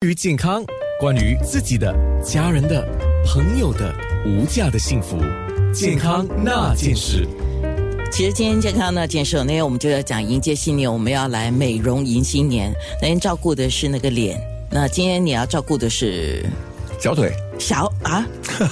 关于健康，关于自己的、家人的、朋友的无价的幸福，健康那件事。其实今天健康那件事，那天我们就要讲迎接新年，我们要来美容迎新年。那天照顾的是那个脸，那今天你要照顾的是小腿、小 啊，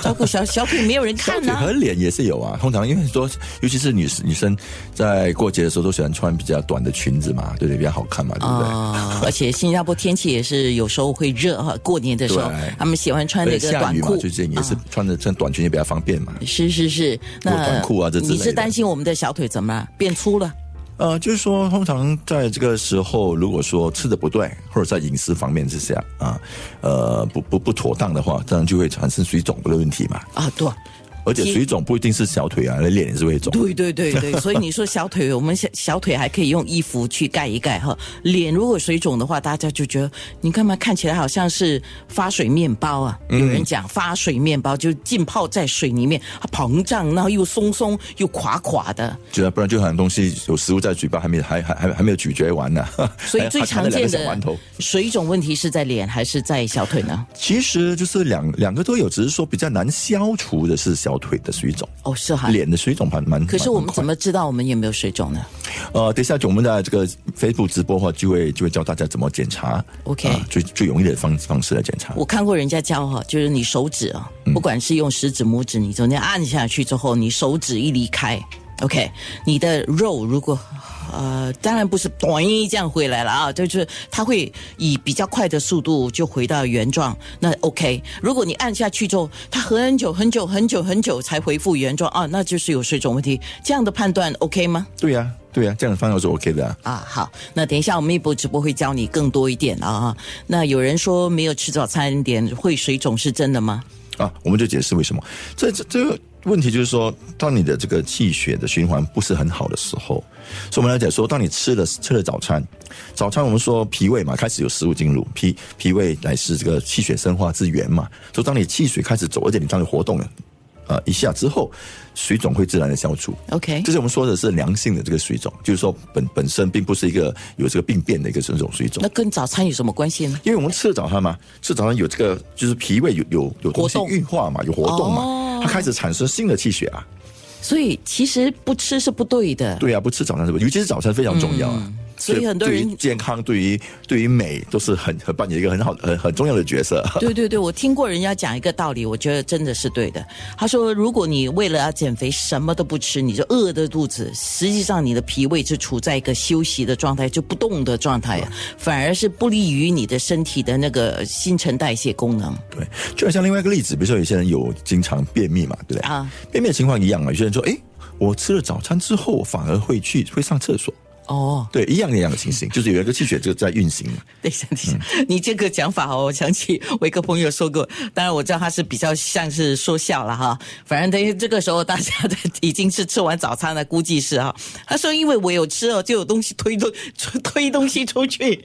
照顾小小腿没有人看呢、小腿和脸也是有啊。通常因为说，尤其是女女生在过节的时候都喜欢穿比较短的裙子嘛，对不对？比较好看嘛，对不对？啊、而且新加坡天气也是有时候会热哈，过年的时候对他们喜欢穿那而且个下短雨嘛裤，，啊最近也是穿着穿短裙也比较方便嘛。是是是，或那短裤啊这之类的你是担心我们的小腿怎么了变粗了？呃，就是说，通常在这个时候，如果说吃的不对，或者在饮食方面之下啊，呃，不不不妥当的话，当然就会产生水肿的问题嘛。啊，对。而且其水肿不一定是小腿啊，脸也是会肿。对对对 对，所以你说小腿，我们小小腿还可以用衣服去盖一盖哈。脸如果水肿的话，大家就觉得你干嘛看起来好像是发水面包啊？嗯有人讲发水面包就浸泡在水里面，它膨胀，然后又松松又垮垮的。对啊，不然就很多东西有食物在嘴巴还没还还还还没有咀嚼完呢、 所以还最还常含着两见个小的馒头。水肿问题是在脸还是在小腿呢？其实就是两两个都有，只是说比较难消除的是小腿的水肿，哦，是哈。脸的水肿蛮蛮。可是我们蛮怎么知道我们有没有水肿呢？呃，等一下我们在这个 Facebook 直播的话，就会就会教大家怎么检查。 OK 啊最最容易的方方式来检查。我看过人家教哈，就是你手指啊，不管是用食指、拇指，你中间按下去之后，你手指一离开，OK，你的肉如果呃，当然不是咚一这样回来了啊，就是它会以比较快的速度就回到原状，那 OK。如果你按下去之后，它很久很久很久很久才恢复原状啊，那就是有水肿问题。这样的判断 OK 吗？对呀、对呀、这样的方法是 OK 的、啊。啊，好，那等一下我们一波直播会教你更多一点啊。那有人说没有吃早餐点会水肿是真的吗？啊，我们就解释为什么。这这这个问题就是说，当你的这个气血的循环不是很好的时候，所以我们来讲说，当你吃了吃了早餐，早餐我们说脾胃嘛，开始有食物进入，脾脾胃乃是这个气血生化之源嘛。所以当你气血开始走，而且你当你活动了。啊、一下之后，水肿会自然的消除。 OK 这是我们说的是良性的这个水肿，就是说本本身并不是一个有这个病变的一个这种水肿那。跟早餐有什么关系呢？因为我们吃了早餐嘛，吃早餐有这个就是脾胃有有有东西活动运化嘛，有活动嘛，哦它开始产生新的气血啊。所以其实不吃是不对的。对啊，不吃早餐是不是？尤其是早餐非常重要啊。嗯所以很多人对于健康，对于对于美，都是很很扮演一个很好很很重要的角色。对对对，我听过人家讲一个道理，我觉得真的是对的。他说，如果你为了要减肥什么都不吃，你就饿着肚子，实际上你的脾胃是处在一个休息的状态，就不动的状态啊，反而是不利于你的身体的那个新陈代谢功能。对，就好像另外一个例子，比如说有些人有经常便秘嘛，对不对？啊便秘的情况一样嘛。有些人说，诶，我吃了早餐之后，反而会去会上厕所。哦，对，一样的一样的情形，就是有一个气血就在运行嘛。等一下，等一下，你这个讲法哦，我想起我一个朋友说过，当然我知道他是比较像是说笑了哈，反正等这个时候大家都已经是吃完早餐了，估计是哈。他说因为我有吃哦，就有东西推东推推东西出去，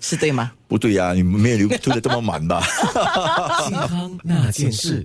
是对吗？啊 不对呀、你没有流推的这么满吧？健康那件事。